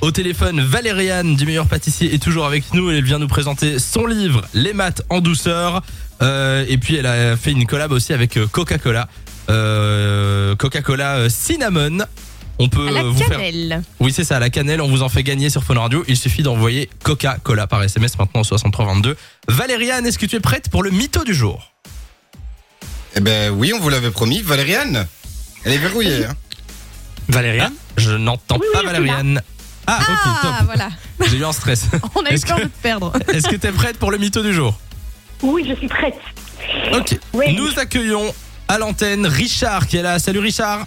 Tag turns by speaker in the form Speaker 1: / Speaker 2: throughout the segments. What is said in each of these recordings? Speaker 1: Au téléphone, Valériane du meilleur pâtissier est toujours avec nous. Elle vient nous présenter son livre Les maths en douceur. Euh, et puis elle a fait une collab aussi avec euh, Coca-Cola. Euh, Coca-Cola euh, cinnamon. On peut
Speaker 2: À la
Speaker 1: euh, vous faire.
Speaker 2: cannelle.
Speaker 1: Oui, c'est ça, à la cannelle, on vous en fait gagner sur Fun Radio. Il suffit d'envoyer Coca-Cola par SMS maintenant au 6322. Valériane, est-ce que tu es prête pour le mytho du jour
Speaker 3: Eh ben oui, on vous l'avait promis, Valériane. Elle est verrouillée. hein.
Speaker 1: Valériane Ah, Je n'entends pas
Speaker 2: je suis là.
Speaker 1: Valériane. Ah, ok,
Speaker 2: Ah,
Speaker 1: top.
Speaker 2: voilà.
Speaker 1: J'ai eu un stress.
Speaker 2: On a eu
Speaker 1: Est-ce
Speaker 2: peur
Speaker 1: que-
Speaker 2: de te perdre.
Speaker 1: Est-ce que t'es prête pour le mytho du jour
Speaker 4: Oui, je suis prête.
Speaker 1: Ok.
Speaker 4: Oui.
Speaker 1: Nous accueillons à l'antenne Richard qui est là. Salut Richard.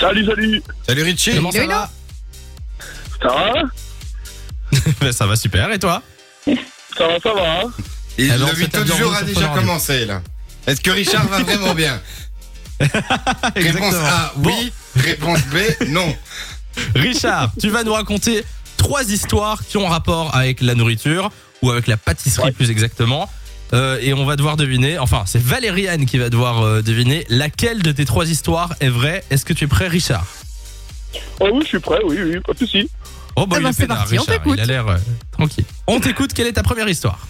Speaker 5: Salut, salut
Speaker 3: Salut Richie.
Speaker 1: Comment ça
Speaker 2: Hello.
Speaker 1: va
Speaker 5: Ça va
Speaker 1: Ben, Ça va super. Et toi
Speaker 5: Ça va, ça va hein
Speaker 3: Et
Speaker 1: Eh ben, on
Speaker 3: le
Speaker 1: fait
Speaker 3: mytho
Speaker 1: un
Speaker 3: du jour
Speaker 1: bienvenue
Speaker 3: a
Speaker 1: sur
Speaker 3: déjà
Speaker 1: Fun Radio.
Speaker 3: commencé là. Est-ce que Richard va vraiment bien Réponse A, oui. Réponse B, non.
Speaker 1: Richard, tu vas nous raconter trois histoires qui ont rapport avec la nourriture ou avec la pâtisserie plus exactement. Euh, et on va devoir deviner, enfin c'est Valériane qui va devoir euh, deviner laquelle de tes trois histoires est vraie. Est-ce que tu es prêt Richard
Speaker 5: Oh oui, je suis prêt, oui, oui, pas de soucis.
Speaker 1: Oh bah
Speaker 2: Ah
Speaker 1: il
Speaker 2: ben,
Speaker 1: est
Speaker 2: c'est
Speaker 1: peinard,
Speaker 2: parti, on
Speaker 1: Richard.
Speaker 2: t'écoute.
Speaker 1: il a l'air euh, tranquille. On t'écoute, quelle est ta première histoire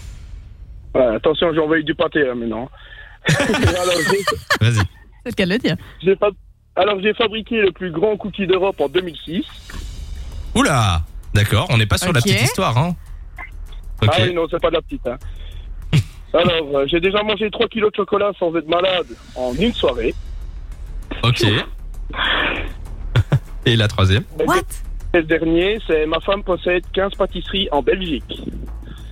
Speaker 5: Ouais, attention, j'ai envoyé du pâté là maintenant. Alors, j'ai-
Speaker 1: Vas-y.
Speaker 2: C'est le cas de le dire.
Speaker 5: j'ai fa- Alors, j'ai fabriqué le plus grand cookie d'Europe en 2006.
Speaker 1: Oula D'accord, on n'est pas sur la
Speaker 2: Ok.
Speaker 1: petite histoire. Hein. Ok.
Speaker 5: Ah oui, non, c'est pas de la petite. Hein. Alors, euh, j'ai déjà mangé 3 kilos de chocolat sans être malade en une soirée.
Speaker 1: Ok. Et la troisième.
Speaker 2: What
Speaker 5: Et le dernier, c'est ma femme possède 15 pâtisseries en Belgique.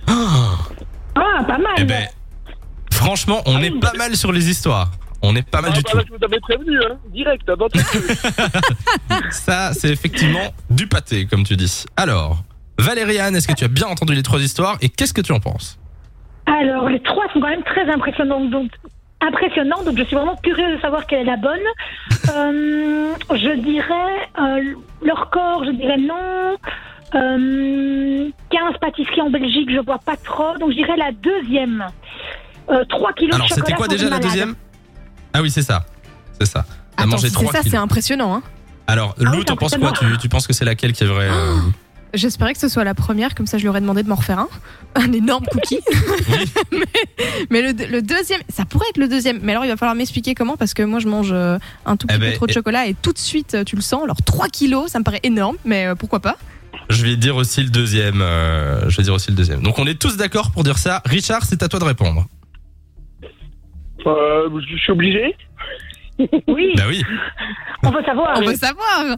Speaker 4: Ah, pas mal.
Speaker 1: eh ben, franchement, on est pas mal sur les histoires. On est pas mal
Speaker 5: Ah,
Speaker 1: du
Speaker 5: bah,
Speaker 1: tout.
Speaker 5: là, je vous avais prévenu, hein, direct, hein, d'entrée de jeu.
Speaker 1: Ça, c'est effectivement du pâté, comme tu dis. Alors, Valériane, est-ce que tu as bien entendu les trois histoires et qu'est-ce que tu en penses
Speaker 4: Alors, les trois sont quand même très impressionnantes. Donc, impressionnantes, donc je suis vraiment curieuse de savoir quelle est la bonne. Euh, je dirais euh, leur corps, je dirais non. Euh, 15 pâtisseries en Belgique, je vois pas trop. Donc, je dirais la deuxième. Euh, 3 kilos
Speaker 1: Alors,
Speaker 4: de chocolat.
Speaker 1: c'était quoi
Speaker 4: sans
Speaker 1: déjà
Speaker 4: être
Speaker 1: la
Speaker 4: malade.
Speaker 1: deuxième Ah oui, c'est ça. C'est ça. T'as
Speaker 2: Attends,
Speaker 1: mangé
Speaker 2: si c'est
Speaker 1: trois
Speaker 2: ça, c'est
Speaker 1: kilos.
Speaker 2: impressionnant. Hein.
Speaker 1: Alors,
Speaker 4: oui,
Speaker 1: Lou,
Speaker 4: c'est
Speaker 1: t'en penses quoi tu, tu penses que c'est laquelle qui est vraie euh,
Speaker 2: J'espérais que ce soit la première, comme ça je lui aurais demandé de m'en refaire un. Un énorme cookie.
Speaker 1: Oui.
Speaker 2: mais le, le deuxième, ça pourrait être le deuxième. Mais alors il va falloir m'expliquer comment, parce que moi je mange euh, un tout
Speaker 1: Eh
Speaker 2: petit peu
Speaker 1: ben,
Speaker 2: trop de
Speaker 1: et-
Speaker 2: chocolat et tout de suite euh, tu le sens. Alors 3 kilos, ça me paraît énorme, mais euh, pourquoi pas
Speaker 1: Je vais dire aussi le deuxième. euh, je vais dire aussi le deuxième. Donc, on est tous d'accord pour dire ça. Richard, c'est à toi de répondre.
Speaker 5: Euh, je suis obligé
Speaker 4: Oui,
Speaker 1: Bah oui.
Speaker 4: on veut savoir.
Speaker 2: On veut savoir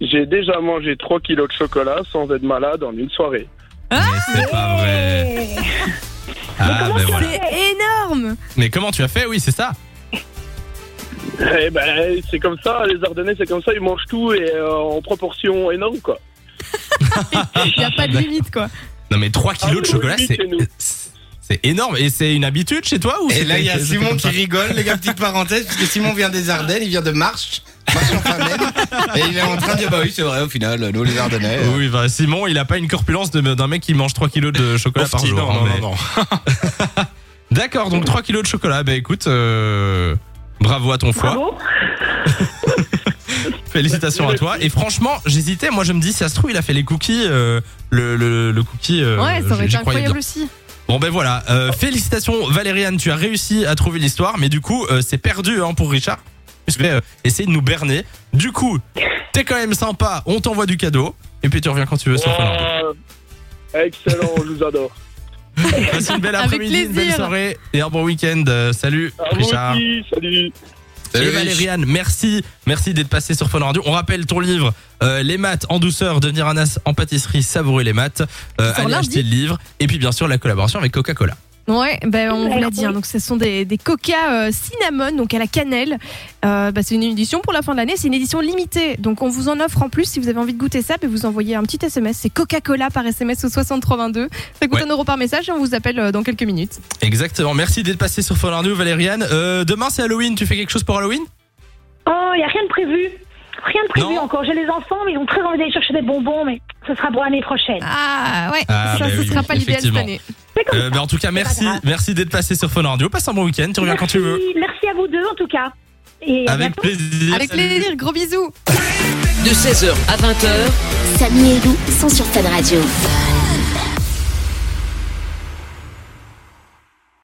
Speaker 5: J'ai déjà mangé 3 kilos de chocolat sans être malade en une soirée.
Speaker 1: Mais c'est pas vrai. Ah, ben voilà.
Speaker 2: Ah C'est énorme
Speaker 1: Mais comment tu as fait Oui, c'est ça.
Speaker 5: Eh ben, c'est comme ça, les Ardennais, c'est comme ça, ils mangent tout et euh, en proportion énorme, quoi.
Speaker 2: Il n'y a pas de limite quoi.
Speaker 1: Non, mais 3 kilos
Speaker 5: Ah oui,
Speaker 1: de chocolat,
Speaker 5: oui,
Speaker 1: c'est.
Speaker 5: chez nous.
Speaker 1: C'est énorme. Et c'est une habitude chez toi ou
Speaker 3: Et
Speaker 1: c'est-
Speaker 3: là, il y a
Speaker 1: c'est
Speaker 3: Simon
Speaker 1: comme
Speaker 3: qui
Speaker 1: ça
Speaker 3: rigole, les gars, petite parenthèse, parce que Simon vient des Ardennes, il vient de Marche, Marche en Famenne, et il est en train de dire, bah oui, c'est vrai, au final, nous, les Ardennais. euh,
Speaker 1: Oui, bah, Simon, il a pas une corpulence de- d'un mec qui mange 3 kilos de chocolat
Speaker 3: ouf,
Speaker 1: par
Speaker 3: petit,
Speaker 1: jour.
Speaker 3: non,
Speaker 1: hein, mais-
Speaker 3: non, non, non.
Speaker 1: D'accord, donc 3 kilos de chocolat. Bah écoute, euh, bravo à ton foie.
Speaker 4: Bravo.
Speaker 1: Félicitations à toi. Et franchement, j'hésitais. Moi, je me dis, si ça se trouve, il a fait les cookies. euh, le, le- le cookie. euh,
Speaker 2: ouais, ça aurait
Speaker 1: j'y
Speaker 2: été
Speaker 1: croyais bien.
Speaker 2: incroyable aussi.
Speaker 1: Bon ben voilà, euh, félicitations Valériane, tu as réussi à trouver l'histoire, mais du coup euh, c'est perdu hein, pour Richard, puisque euh, essayer de nous berner. Du coup, t'es quand même sympa, on t'envoie du cadeau, et puis tu reviens quand tu veux sur Fun Radio.
Speaker 5: Wow. Excellent, je vous adore.
Speaker 1: Passe une belle
Speaker 2: Avec
Speaker 1: après-midi, une belle
Speaker 2: plaisir.
Speaker 1: soirée et un bon week-end. Euh, salut
Speaker 5: À vous
Speaker 1: Richard.
Speaker 5: aussi, salut.
Speaker 3: Ah, Salut,
Speaker 1: et
Speaker 3: Rich.
Speaker 1: Valériane, merci, merci d'être passé sur Fun Radio. On rappelle ton livre, euh, Les maths en douceur, devenir un as en pâtisserie, savourer les maths. Euh,
Speaker 2: Qui sort
Speaker 1: allez
Speaker 2: lundi.
Speaker 1: acheter le livre, et puis bien sûr la collaboration avec Coca-Cola.
Speaker 2: Ouais, ben on vous l'a dit, hein,
Speaker 4: Merci.
Speaker 2: donc ce sont des, des coca euh, cinnamon, donc à la cannelle. Euh, bah, c'est une édition pour la fin de l'année, c'est une édition limitée. Donc on vous en offre en plus si vous avez envie de goûter ça, ben, vous envoyez un petit SMS, c'est Coca-Cola par SMS au 6322. Ça coûte
Speaker 1: Ouais.
Speaker 2: un euro par message et on vous appelle euh, dans quelques minutes.
Speaker 1: Exactement. Merci d'être passé sur Fun Radio, Valériane. Euh, demain, c'est Halloween. Tu fais quelque chose pour Halloween
Speaker 4: Oh, il n'y a rien de prévu. Rien de prévu
Speaker 1: Non.
Speaker 4: encore. J'ai les enfants, mais ils ont très envie d'aller chercher des bonbons, mais ce sera pour l'année prochaine.
Speaker 2: Ah ouais,
Speaker 1: Ah,
Speaker 2: ça
Speaker 1: bah
Speaker 2: ce
Speaker 1: oui,
Speaker 2: sera pas l'idéal cette
Speaker 1: effectivement.
Speaker 2: année.
Speaker 4: C'est comme
Speaker 1: Euh,
Speaker 4: ça.
Speaker 1: ben, En tout cas,
Speaker 4: pas
Speaker 1: merci.
Speaker 4: grave.
Speaker 1: Merci d'être passé sur Fun Radio. Passe un bon week-end. Tu reviens quand tu veux.
Speaker 4: Merci- Merci à vous deux en tout cas. Et à
Speaker 1: Avec
Speaker 4: bientôt.
Speaker 1: plaisir.
Speaker 2: Avec
Speaker 1: Salut.
Speaker 2: plaisir, gros bisous.
Speaker 6: De 16h à 20h,
Speaker 7: Samy et Lou sont sur Fan Radio.